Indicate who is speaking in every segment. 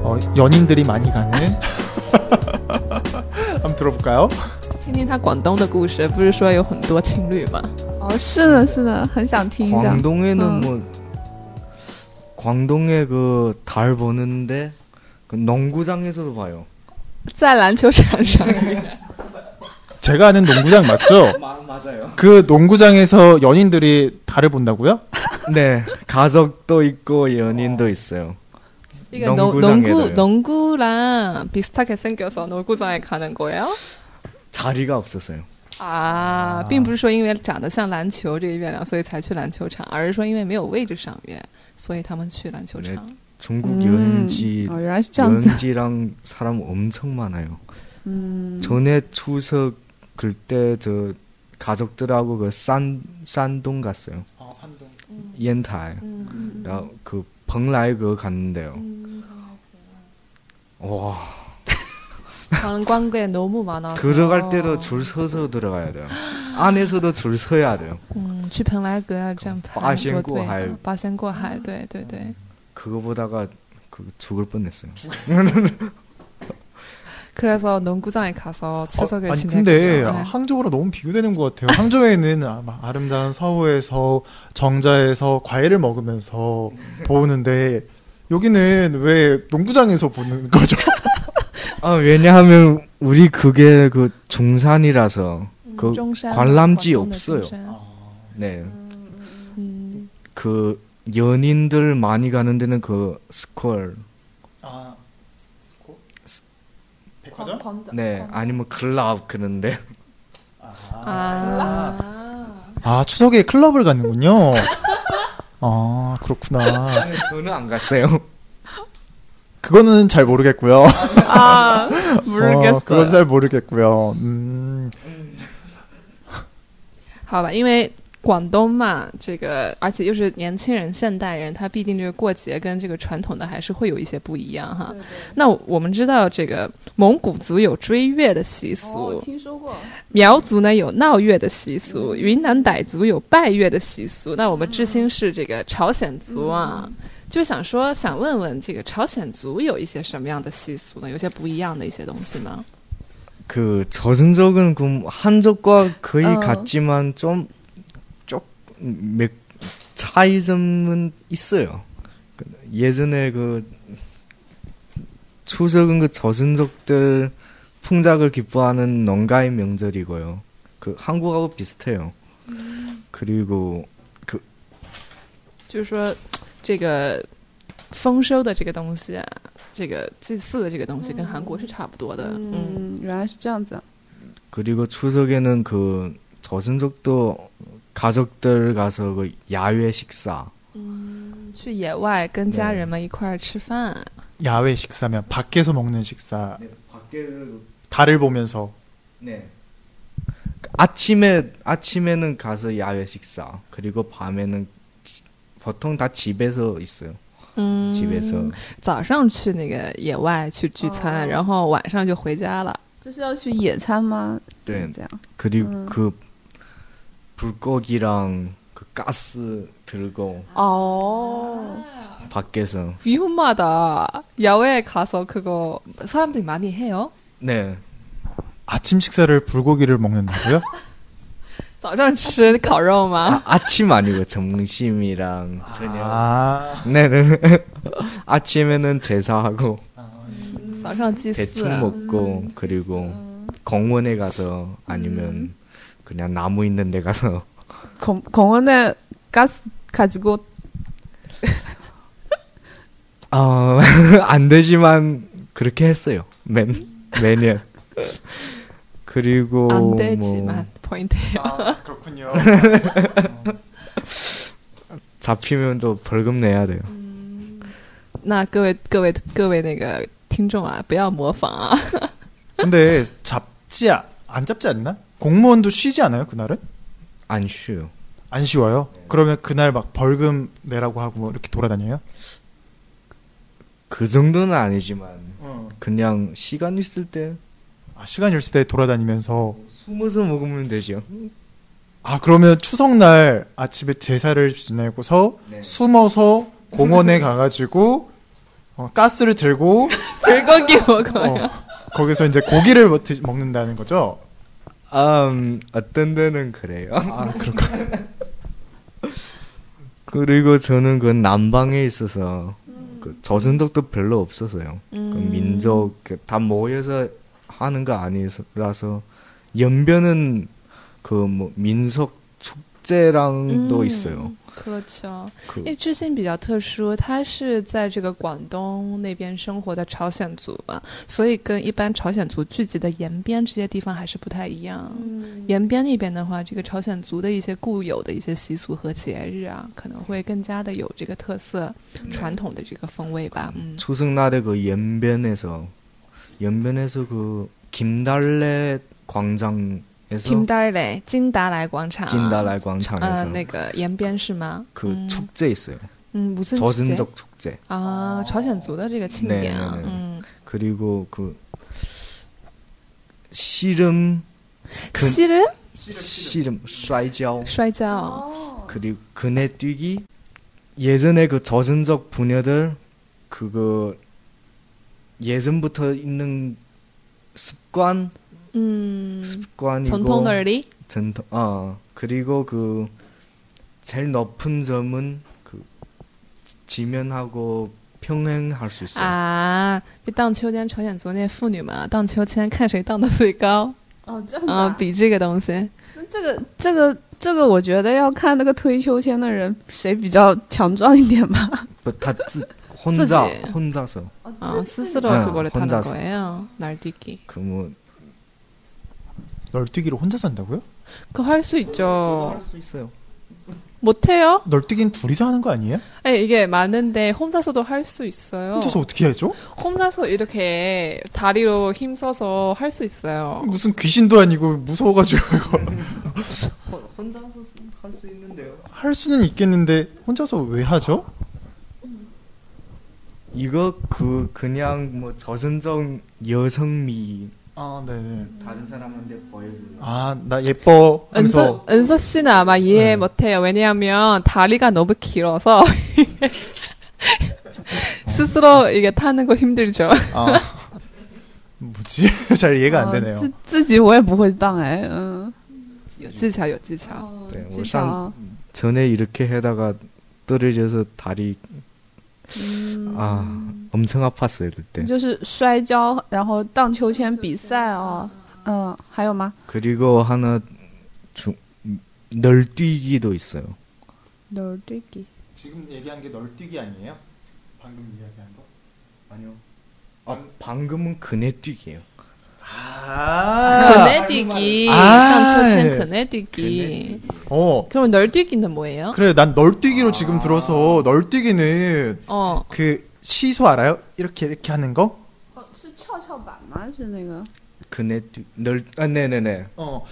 Speaker 1: 어, 연인들이 많이 가는. 한번 들어볼까요?
Speaker 2: 听听他广东的故事，不是说有很多情侣吗？
Speaker 3: 哦，是的，是的，很想听一下。
Speaker 4: 광동에는
Speaker 3: 어.
Speaker 4: 뭐 광동에 그 달 보는데 그 농구장에서도 봐요.
Speaker 2: 在篮球场上
Speaker 1: 제가 아는 농구장 맞죠?
Speaker 4: 맞아요.
Speaker 1: 그 농구장에서 연인들이 달을 본다고요?
Speaker 4: 네, 가족도 있고 연인도 있어요.
Speaker 2: 이게 농
Speaker 4: 농구장에
Speaker 2: 농구
Speaker 4: 가요.
Speaker 2: 농구랑 비슷하게 생겨서 농구장에 가는 거예요?
Speaker 4: 자리가 없었어요.
Speaker 2: 啊，并不是说因为长得像篮球这个月亮，所以才去篮球场，而是说因为没有位置上约，所以他们去篮球场。
Speaker 4: 중국
Speaker 3: 음,
Speaker 4: 여행지
Speaker 3: 어, 嗯哦原来是这样子。
Speaker 4: 여행지랑 사람 엄청 많아요.
Speaker 3: 嗯，
Speaker 4: 전에 추석 그때 저 가족들하고 그산 산동 갔어요. 옌타이.
Speaker 2: 嗯
Speaker 4: 야그 벙라이그 갔는데요.
Speaker 2: 음.
Speaker 4: 와
Speaker 2: 관광객 너무 많아서
Speaker 4: 들어갈 때도 줄 서서 들어가야 돼요. 안에서도 줄 서야 돼요.
Speaker 2: 嗯，去蓬莱阁要站
Speaker 4: 八
Speaker 2: 排
Speaker 4: 仙
Speaker 2: 很多
Speaker 4: 过
Speaker 2: 队
Speaker 4: 海
Speaker 2: 的，八仙过海，对对对。
Speaker 4: 그거 보다가 그 죽을 뻔했어요.
Speaker 2: 그래서 농구장에 가서 추석을
Speaker 1: 어, 아니
Speaker 2: 지내고 네.
Speaker 1: 근데 항저우랑 너무 비교되는 것 같아요. 항저우에는 아마 아름다운 서호에서 정자에서 과일을 먹으면서 보는데 여기는 왜 농구장에서 보는 거죠?
Speaker 4: 아 왜냐하면 우리 그게 그 중산이라서 그
Speaker 2: 啊
Speaker 4: 관람지 없어요.
Speaker 2: 음,
Speaker 4: 네 그 연인들 많이 가는 데는 그 스콜
Speaker 1: 아, 백화점?
Speaker 3: 광
Speaker 4: 네 아니면 클럽 그런데
Speaker 1: 哦
Speaker 2: 啊 아,
Speaker 1: 아 추석에 클럽을 가는군요. 아 그렇구나.
Speaker 4: 아니, 저는 안 갔어요.
Speaker 1: 그거는 잘 모르겠고요.
Speaker 3: 아,
Speaker 1: 어, 그건
Speaker 3: 모르겠어요.
Speaker 1: 잘 모르겠고요. 음,
Speaker 2: 好吧，因为广东嘛，这个而且又是年轻人、现代人，他毕竟这个过节跟这个传统的还是会有一些不一样哈。那我们知道，这个蒙古族有追月的习俗，
Speaker 3: 听说过。
Speaker 2: 苗族呢有闹月的习俗，云南傣族有拜月的习俗。那我们知青是这个朝鲜族啊，就想说想问问这个朝鲜族有一些什么样的习俗呢？有些不一样的一些东西吗？
Speaker 4: 그 젖은 적은 그 한적과 거의
Speaker 3: 어.
Speaker 4: 같지만 좀좀몇 차이점은 있어요. 그 예전에 그 추석은 그 젖은 적들 풍작을 기뻐하는 농가의 명절이고요. 그 한국하고 비슷해요. 그리고
Speaker 2: 就是说，这个丰收的这个东西啊，这个祭祀的这个东西跟韩国是差不多的。嗯，
Speaker 3: 嗯，原来是这样子。
Speaker 4: 그리고 추석에는 그 젖은 적도 가족들 가서 그 야외 식사
Speaker 2: 去野外跟家人们一块儿吃饭，
Speaker 1: 야외 식사면 밖에서 먹는 식사,
Speaker 4: 네, 밖에서
Speaker 1: 달을 보면서
Speaker 4: 네. 아침에 아침에는 가서 야외 식사 그리고 밤에는 지- 보통 다 집에서 있어요.
Speaker 2: 嗯，
Speaker 4: 집에서
Speaker 2: 早上去那个野外去聚餐，
Speaker 3: 哦
Speaker 2: 然后晚上就回家了。
Speaker 3: 这是要去野餐吗？
Speaker 4: 对
Speaker 3: 这样。
Speaker 4: 네. 그리고
Speaker 3: 네, 음.
Speaker 4: 그 불고기랑 그 가스 들고
Speaker 3: 哦，
Speaker 4: 밖에서
Speaker 2: 위험하다. 야외에 가서 그거 사람들이 많이 해요.
Speaker 4: 네
Speaker 1: 아침 식사를 불고기를 먹는다고요?
Speaker 2: 早上吃烤肉吗？
Speaker 4: 아, 아침 아니고 점심이랑 저녁
Speaker 1: 아,
Speaker 4: 네네 아침에는 제사하고
Speaker 2: 早上祭祀。
Speaker 4: 대충 먹고 그리고 공원에 가서 아니면 그냥 나무 있는 데 가서
Speaker 3: 恐恐问那 gas 가지고
Speaker 4: 어, 안 되지만 그렇게 했어요. 맨 매년. 그리고
Speaker 2: 안
Speaker 4: 뭐
Speaker 2: 되지만 포인트예요.
Speaker 1: 아 그렇군요.
Speaker 4: 잡히면 또 벌금 내야 돼요.
Speaker 2: 음. 那各位各位各位那个听众啊，不要模仿啊！
Speaker 1: 근데 잡지 아- 안 잡지 않나? 공무원도 쉬지 않아요 그날은?
Speaker 4: 안 쉬어요.
Speaker 1: 안 쉬워요?
Speaker 3: 네.
Speaker 1: 그러면 그날 막 벌금 내라고 하고 뭐 이렇게 돌아다녀요?
Speaker 4: 그 정도는 아니지만
Speaker 3: 어.
Speaker 4: 그냥 시간 있을 때
Speaker 1: 아 시간 있을 때 돌아다니면서
Speaker 4: 숨어서 먹으면 되죠.
Speaker 1: 아 그러면 추석날 아침에 제사를 지내고서
Speaker 4: 네.
Speaker 1: 숨어서 공원에 가가지고 어, 가스를 들고
Speaker 2: 불고기 먹어요.
Speaker 1: 어, 거기서 이제 고기를 먹- 드- 먹는다는 거죠.
Speaker 4: 음, 어떤 데는 그래요.
Speaker 1: 아 그렇군.
Speaker 4: 그리고 저는 그 남방에 있어서
Speaker 2: 음.
Speaker 4: 그 조선족도 별로 없어서요.
Speaker 2: 嗯
Speaker 4: 그 민족 그다 모여서 하는 거 아니라서 연변은 그 뭐 민속
Speaker 2: 음.
Speaker 4: 축제랑도 있어요.
Speaker 2: 嗯可巧，
Speaker 4: 그
Speaker 2: 因为知心比较特殊，他是在这个广东那边生活的朝鲜族嘛，所以跟一般朝鲜族聚集的延边这些地方还是不太一样。
Speaker 3: 嗯
Speaker 2: 延边那边的话，这个朝鲜族的一些固有的一些习俗和节日啊，可能会更加的有这个特色、传统的这个风味吧。嗯，
Speaker 4: 추석날에 그 연변에서 연변에서 그 김달래 광장에서
Speaker 2: 金达莱金达莱广场，
Speaker 4: 김달래
Speaker 2: 呃
Speaker 4: 광장에서 ，
Speaker 2: 那个延边是吗？
Speaker 4: 그
Speaker 2: 嗯
Speaker 4: 축제 있어요.
Speaker 2: 嗯，무슨 축제
Speaker 4: 저승적 축제.
Speaker 2: 아朝鲜族的这个庆典啊
Speaker 4: 네，
Speaker 2: 嗯，
Speaker 4: 그리고 그 씨름 그-
Speaker 2: 西人
Speaker 4: 씨름 쇠跤
Speaker 2: 摔跤，
Speaker 3: 哦
Speaker 4: 그리고 그네 뛰기 예전에 그 저승적 부녀들 그거 예전부터 있는 습관
Speaker 2: 嗯，
Speaker 4: 습관이고
Speaker 2: 음, 전통 놀이
Speaker 4: 전통 어 그리고 그 제일 높은 점은 그 지면하고 평행할 수 있어요.
Speaker 2: 아. 啊，这荡秋千，朝鲜族那妇女嘛，荡秋千看谁荡得最高
Speaker 3: 哦，这样的
Speaker 2: 啊，
Speaker 3: 啊、
Speaker 2: 比这个东西。
Speaker 3: 那这个这个这个，我觉得要看那个推秋千的人谁比较强壮一点吧。哦
Speaker 4: 뭐다 쯔- 혼자
Speaker 2: 쯔지.
Speaker 4: 혼자서
Speaker 2: 啊，斯斯罗
Speaker 4: 嗯
Speaker 2: 克过来
Speaker 4: 네, 혼자서
Speaker 2: 过呀，哪儿地给？
Speaker 4: 그 뭐
Speaker 1: 널뛰기를 혼자 산다고요?
Speaker 2: 그할수있죠
Speaker 4: 할수 있어요.
Speaker 2: 못해요
Speaker 1: 널뛰기는 둘이서 하는 거 아니에요?
Speaker 2: 에이게맞는데혼자서도할 수있어요
Speaker 1: 혼자서 어떻게 하죠?
Speaker 2: 혼자서 이렇게 다리로 힘써서 할 수 있어요.
Speaker 1: 무슨 귀신도 아니고 무서워가지고 이거
Speaker 4: 혼자서 할 수 있는데요.
Speaker 1: 할 수는 있겠는데 혼자서 왜 하죠?
Speaker 4: 이거 그 그냥 뭐 저선정 여성미
Speaker 1: 아 네네.
Speaker 4: 다른 사람한테 보여주는
Speaker 1: 아 나 예뻐
Speaker 2: 은서
Speaker 1: 하면서
Speaker 2: 은서 씨는 아마 이해
Speaker 1: 네.
Speaker 2: 못해요. 왜냐하면 다리가 너무 길어서 스스로 이게 타는 거 힘들죠.
Speaker 1: 아 뭐지 잘 이해가 안
Speaker 3: 啊
Speaker 1: 되네요.
Speaker 3: 自自己我也不会荡哎，嗯，
Speaker 2: 技巧有技巧.
Speaker 4: 对我
Speaker 3: 技巧啊
Speaker 4: 네, 뭐 전에 이렇게 해다가 떨어져서 다리 아 엄청 아팠어요 그때.
Speaker 3: 就是摔跤，然后荡秋千比赛啊，嗯，还有吗？
Speaker 4: 그리고 하나 중 널뛰기도 있어요.
Speaker 3: 널뛰기
Speaker 1: 지금 얘기한 게 널뛰기 아니에요? 방금 이야기한 거?
Speaker 4: 아니요. 아 방금은 그네뛰기예요.
Speaker 1: 아.
Speaker 2: 그네뛰기,
Speaker 1: 아,
Speaker 2: 땅초친
Speaker 1: 예.
Speaker 2: 그네뛰기.
Speaker 1: 어.
Speaker 2: 그럼 널뛰기는 뭐예요?
Speaker 1: 그래 난 널뛰기로 지금 들어서 널뛰기는
Speaker 2: 어,
Speaker 1: 그 시소 알아요? 이렇게 이렇게 하는 거?
Speaker 3: 哦是跷跷板吗？是那个？
Speaker 4: 그네뛰 널아 네네네.
Speaker 1: 어.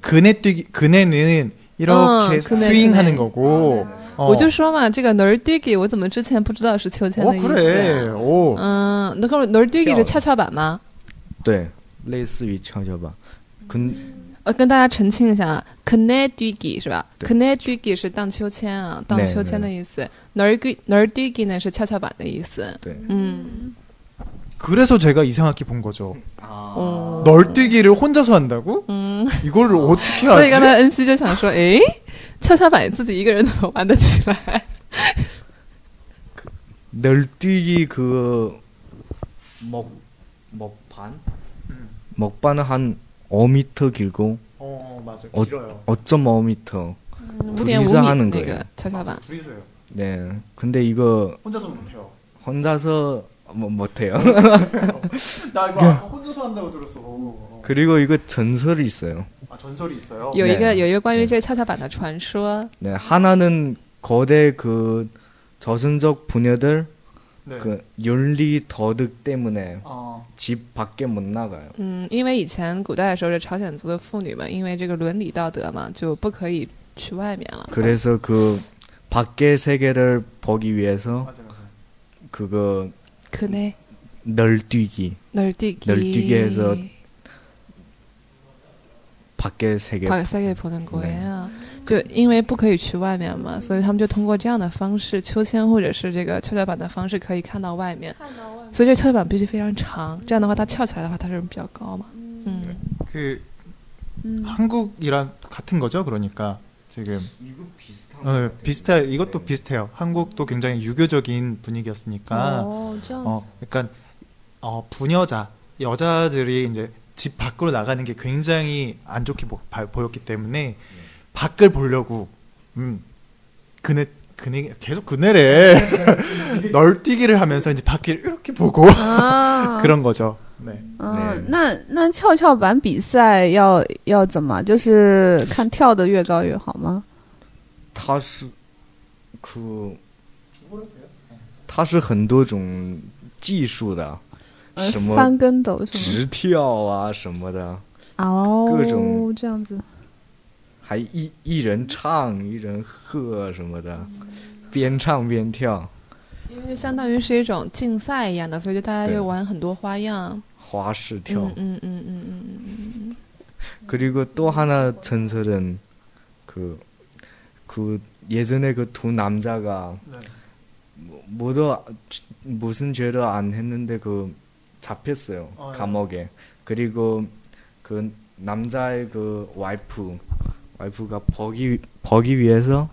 Speaker 1: 그네 뛰기 그네는 이렇게
Speaker 2: 어, 그네,
Speaker 1: 스윙하는
Speaker 2: 그네.
Speaker 1: 거고. 어.
Speaker 2: 我就说嘛，这个 널뛰기 我怎么之前不知道是秋千
Speaker 1: 어,
Speaker 2: 的意思
Speaker 1: 그래.
Speaker 2: 呀？
Speaker 1: 오.
Speaker 2: 嗯，那个 어. 널뛰기 是跷跷板吗？
Speaker 4: 对类似于跷跷板근
Speaker 2: 呃，跟大家澄清一下啊 c o n n e d u g i 是吧 c
Speaker 4: 对
Speaker 2: o n n e d u g i 是荡秋千啊，荡秋千的意思。n e r g n e r d u g i 呢是跷跷板的意思。
Speaker 4: 对
Speaker 2: 嗯，
Speaker 1: 그래서 제가 이상하게 본 거죠.
Speaker 2: 哦，
Speaker 1: 널뛰기를 혼자서 한다고?
Speaker 2: 嗯，
Speaker 1: 이거를 어떻게
Speaker 2: 所
Speaker 1: 하지?
Speaker 2: 以刚才恩熙就 想说，诶，跷跷板自己一个人怎么玩得起来？
Speaker 4: 널뛰기 그먹 먹반
Speaker 1: 음.
Speaker 4: 먹반은 한 5미터 길고
Speaker 1: 어, 맞아.
Speaker 4: 어-
Speaker 1: 길어요.
Speaker 4: 5.5미터
Speaker 2: 五点五
Speaker 4: 둘이서
Speaker 2: 米
Speaker 4: 하는
Speaker 2: 那
Speaker 4: 거예요
Speaker 2: 个跷跷板。
Speaker 1: 둘이서요.
Speaker 4: 네 근데 이거
Speaker 1: 혼자서는 못 해요.
Speaker 4: 혼자서 뭐 못해요
Speaker 1: 나 이거 아까 혼자서 한다고 들었어. 어.
Speaker 4: 그리고 이거 전설이 있어요
Speaker 1: 아, 전설이 있어요.
Speaker 2: 有一个
Speaker 4: 哦对
Speaker 2: 有一个关于这个跷跷板的传说，
Speaker 4: 네 하나는 거대 그 저승적 부녀들
Speaker 1: 네.
Speaker 4: 그 윤리 도덕 때문에
Speaker 1: 어.
Speaker 4: 집 밖에 못 나가요
Speaker 2: 嗯，因为以前古代的时候，这朝鲜族的妇女们因为这个伦理道德嘛，就不可以去外面了。
Speaker 4: 그래서 그 밖의 세계를 보기 위해서
Speaker 1: 맞아 맞아.
Speaker 4: 그거
Speaker 2: c o n n
Speaker 4: 널뛰기
Speaker 2: 널뛰기
Speaker 4: 널뛰기에서 밖의 세계
Speaker 2: 아. 박사계 보는 거예요. 啊就因为不可以去外面嘛，所以他们就通过这样的方式，秋千或者是这个跷跷板的方式，可以看到外面。所以这跷跷板必须非常长，这样的话它翘起来的话，它是比较高嘛。嗯，
Speaker 1: 그
Speaker 3: 嗯啊
Speaker 1: 한국이랑 같은 거죠? 그러니까 지금
Speaker 4: 이거 비슷한
Speaker 1: 어, 비슷해 이것도 비슷해요. 한국도 굉장히 유교적인
Speaker 4: 啊
Speaker 1: 분위기였으니까
Speaker 3: 哦，这样
Speaker 1: 어 그러니까 어 부녀자 여자들이 이제 집 밖으로 나가는 게 굉장히 안 좋게 보, 바- 보였기 때문에 밖을 보려고 음 그네 그네 계속 그네래 널뛰기를 하면서 이제 밖을 이렇게 보고
Speaker 3: 啊
Speaker 1: 그런 거죠. 네.
Speaker 3: 嗯，那那跷跷板比赛要要怎么？就是看跳的越高越好吗？
Speaker 4: 타수 그 타수 很多种技术的
Speaker 3: 呃
Speaker 4: 什么
Speaker 3: 翻跟斗什么？
Speaker 4: 直跳啊什么的
Speaker 3: 哦，
Speaker 4: 各种
Speaker 3: 这样子。
Speaker 4: 还一一人唱一人和什么的边唱边跳
Speaker 2: 因为就相当于是一种竞赛一样的，所以就大家
Speaker 4: 对
Speaker 2: 就玩很多花样。
Speaker 4: 花式跳
Speaker 2: 嗯嗯嗯嗯嗯嗯。
Speaker 4: 그리고 또 하나 전설은 그, 그 예전에 그 두 남자가
Speaker 1: 네.
Speaker 4: 뭐- 뭐도 아- 무슨 죄를 안 했는데 그 잡혔어요
Speaker 1: 어, 네.
Speaker 4: 감옥에 그리고 그 남자의 그 와이프 와이프가 버기 버기 위해서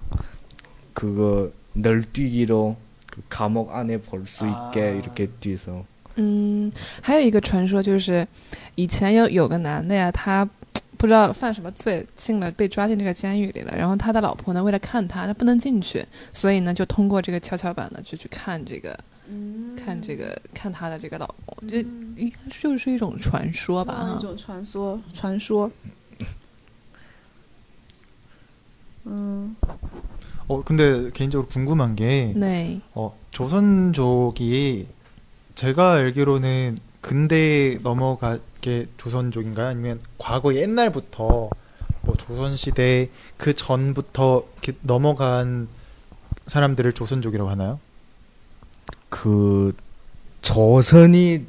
Speaker 4: 그거 널뛰기로 그 감옥 안에 볼 수 있게
Speaker 1: 아.
Speaker 4: 이렇게 뛰서
Speaker 2: 嗯，还有一个传说就是，以前有有个男的呀，他不知道犯什么罪，进了被抓进这个监狱里了。然后他的老婆呢，为了看他，他不能进去，所以呢，就通过这个跷跷板呢，就去看这个，
Speaker 3: 嗯
Speaker 2: 看这个，看他的这个老公，这应该就是一种传说吧？
Speaker 3: 嗯一
Speaker 2: 哈，
Speaker 3: 种传说，传说。嗯，
Speaker 1: 어 근데 개인적으로 궁금한 게
Speaker 2: 对，
Speaker 1: 어, 조선족이 제가 알기로는 근대 넘어가게 조선족인가요? 아니면 과거 옛날부터 뭐 조선시대 그 전부터 이렇게 넘어간 사람들을 조선족이라고 하나요?
Speaker 4: 그 조선이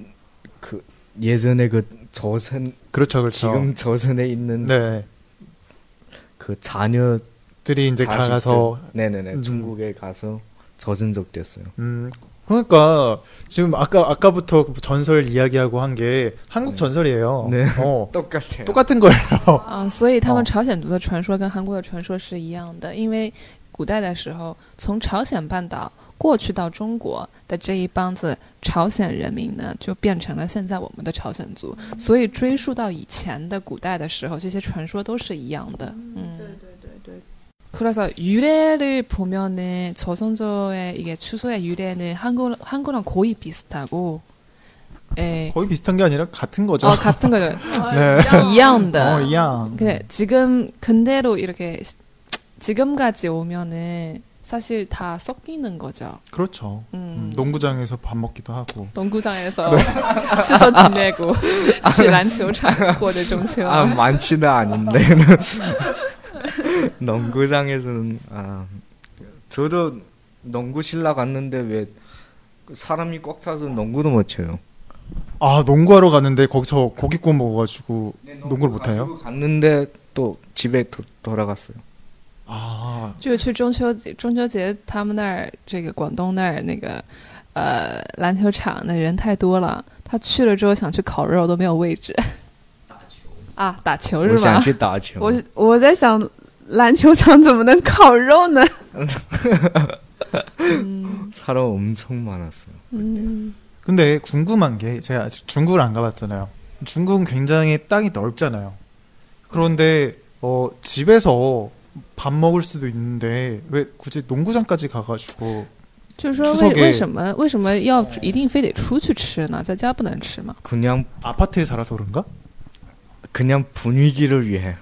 Speaker 4: 그 예전에 그 조선
Speaker 1: 그렇죠, 그렇죠.
Speaker 4: 지금 조선에 있는
Speaker 1: 네,
Speaker 4: 그 자녀
Speaker 1: 들이 이제
Speaker 4: 자식들.
Speaker 1: 가서
Speaker 4: 네네네
Speaker 1: 음.
Speaker 4: 중국에 가서 조선족 됐어요.
Speaker 1: 음 그러니까 지금 아까 아까부터 그 전설 이야기하고 한 게 한국
Speaker 4: 네.
Speaker 1: 전설이에요.
Speaker 4: 네.
Speaker 1: 어,
Speaker 4: 똑같아요.
Speaker 1: 똑같은 거예요.
Speaker 2: 啊，所以他
Speaker 1: 哦
Speaker 2: 们朝鲜族的传说跟韩国的传说是一样的，因为古代的时候，从朝鲜半岛过去到中国的这一帮子朝鲜人民呢，就变成了现在我们的朝鲜族。
Speaker 1: 嗯
Speaker 2: 所以追溯到以前的古代的时候，这些传说都是一样的。嗯，그래서유래를보면은조선조의이게추소의유래는한국한국랑거의비슷하고예
Speaker 1: 거의 비슷한 게 아니라 같은 거죠.
Speaker 2: 어같은 거죠
Speaker 1: 네.
Speaker 3: 哦
Speaker 2: 이양
Speaker 3: 啊
Speaker 2: 다
Speaker 1: 어, 이양.
Speaker 2: 근데 지금 근대로 이렇게 시- 지금까지 오면은 사실 다 섞이는 거죠.
Speaker 1: 그렇죠.
Speaker 2: 음.
Speaker 1: 음, 농구장에서 밥 먹기도 하고.
Speaker 2: 농구장에서 추석 지내고去篮球场过着中秋
Speaker 4: 아 많지는 않은데 농구장에서는 아 저도 농구 실라 갔는데 왜 사람이 꽉 차서 농구도 못 쳐요.
Speaker 1: 아 농구하러 갔는데 거기서 고기 구워 먹어가지고 농구를 못 해요?
Speaker 4: 네, 갔는데 또 집에 도, 돌아갔어요.
Speaker 1: 아
Speaker 2: 就是去中秋节，中秋节他们那儿这个广东那儿那个呃篮球场那人太多了，他去了之后想去烤肉都没有位置。啊，打球
Speaker 4: 我
Speaker 2: 是
Speaker 4: 想
Speaker 2: 吗？
Speaker 4: 去打球。
Speaker 3: 我我在想，篮球场怎么能烤肉呢？
Speaker 2: 嗯
Speaker 4: 사람 엄청 많았어요.
Speaker 2: 嗯，
Speaker 1: 근데 궁금한 게 제가 아직 중국을 안 가봤잖아요. 중국은 굉장히 땅이 넓잖아요. 그런데 어, 집에서 밥 먹을 수도 있는데 왜 굳이 농구장까지 가가지고
Speaker 2: 就是说
Speaker 1: 추석에
Speaker 2: 为为什么为什么要一定非得出去吃呢？在家不能吃吗？
Speaker 4: 그냥
Speaker 1: 아파트에 살아서 그런가?
Speaker 4: 그냥 분위기를 위해.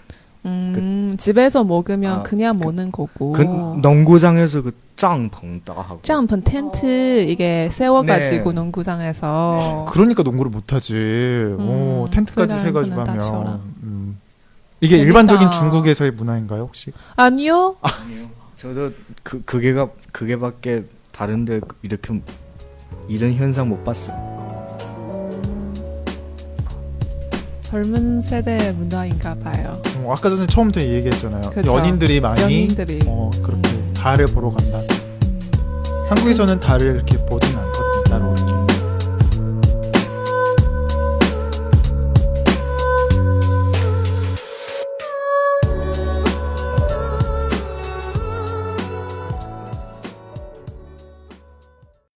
Speaker 2: 음, 집에서 먹으면
Speaker 4: 아,
Speaker 2: 그냥 먹는 거고.
Speaker 4: 그 농구장에서 그 帐篷다 하고.
Speaker 2: 짬폰 텐트 이게 세워가지고
Speaker 4: 네.
Speaker 2: 농구장에서
Speaker 1: 그러니까 농구를 못하지. 오, 텐트까지
Speaker 2: 그러니까
Speaker 1: 세가지고 하면.
Speaker 2: 낮춰라.
Speaker 1: 음. 이게
Speaker 2: 재밌다.
Speaker 1: 일반적인 중국에서의 문화인가요 혹시?
Speaker 2: 아니요
Speaker 4: 아니요. 저도 그 그게가 그게밖에 다른데 이렇게 이런 현상 못 봤어요.
Speaker 2: 젊은 세대의 문화인가 봐요.
Speaker 1: 어, 아까 전에 처음부터 얘기했잖아요.
Speaker 2: 그쵸.
Speaker 1: 연인들이 많이
Speaker 2: 연인들이.
Speaker 1: 어, 그렇게
Speaker 2: 음.
Speaker 1: 달을 보러 간다. 한국에서는 달을 이렇게 보진 않아요.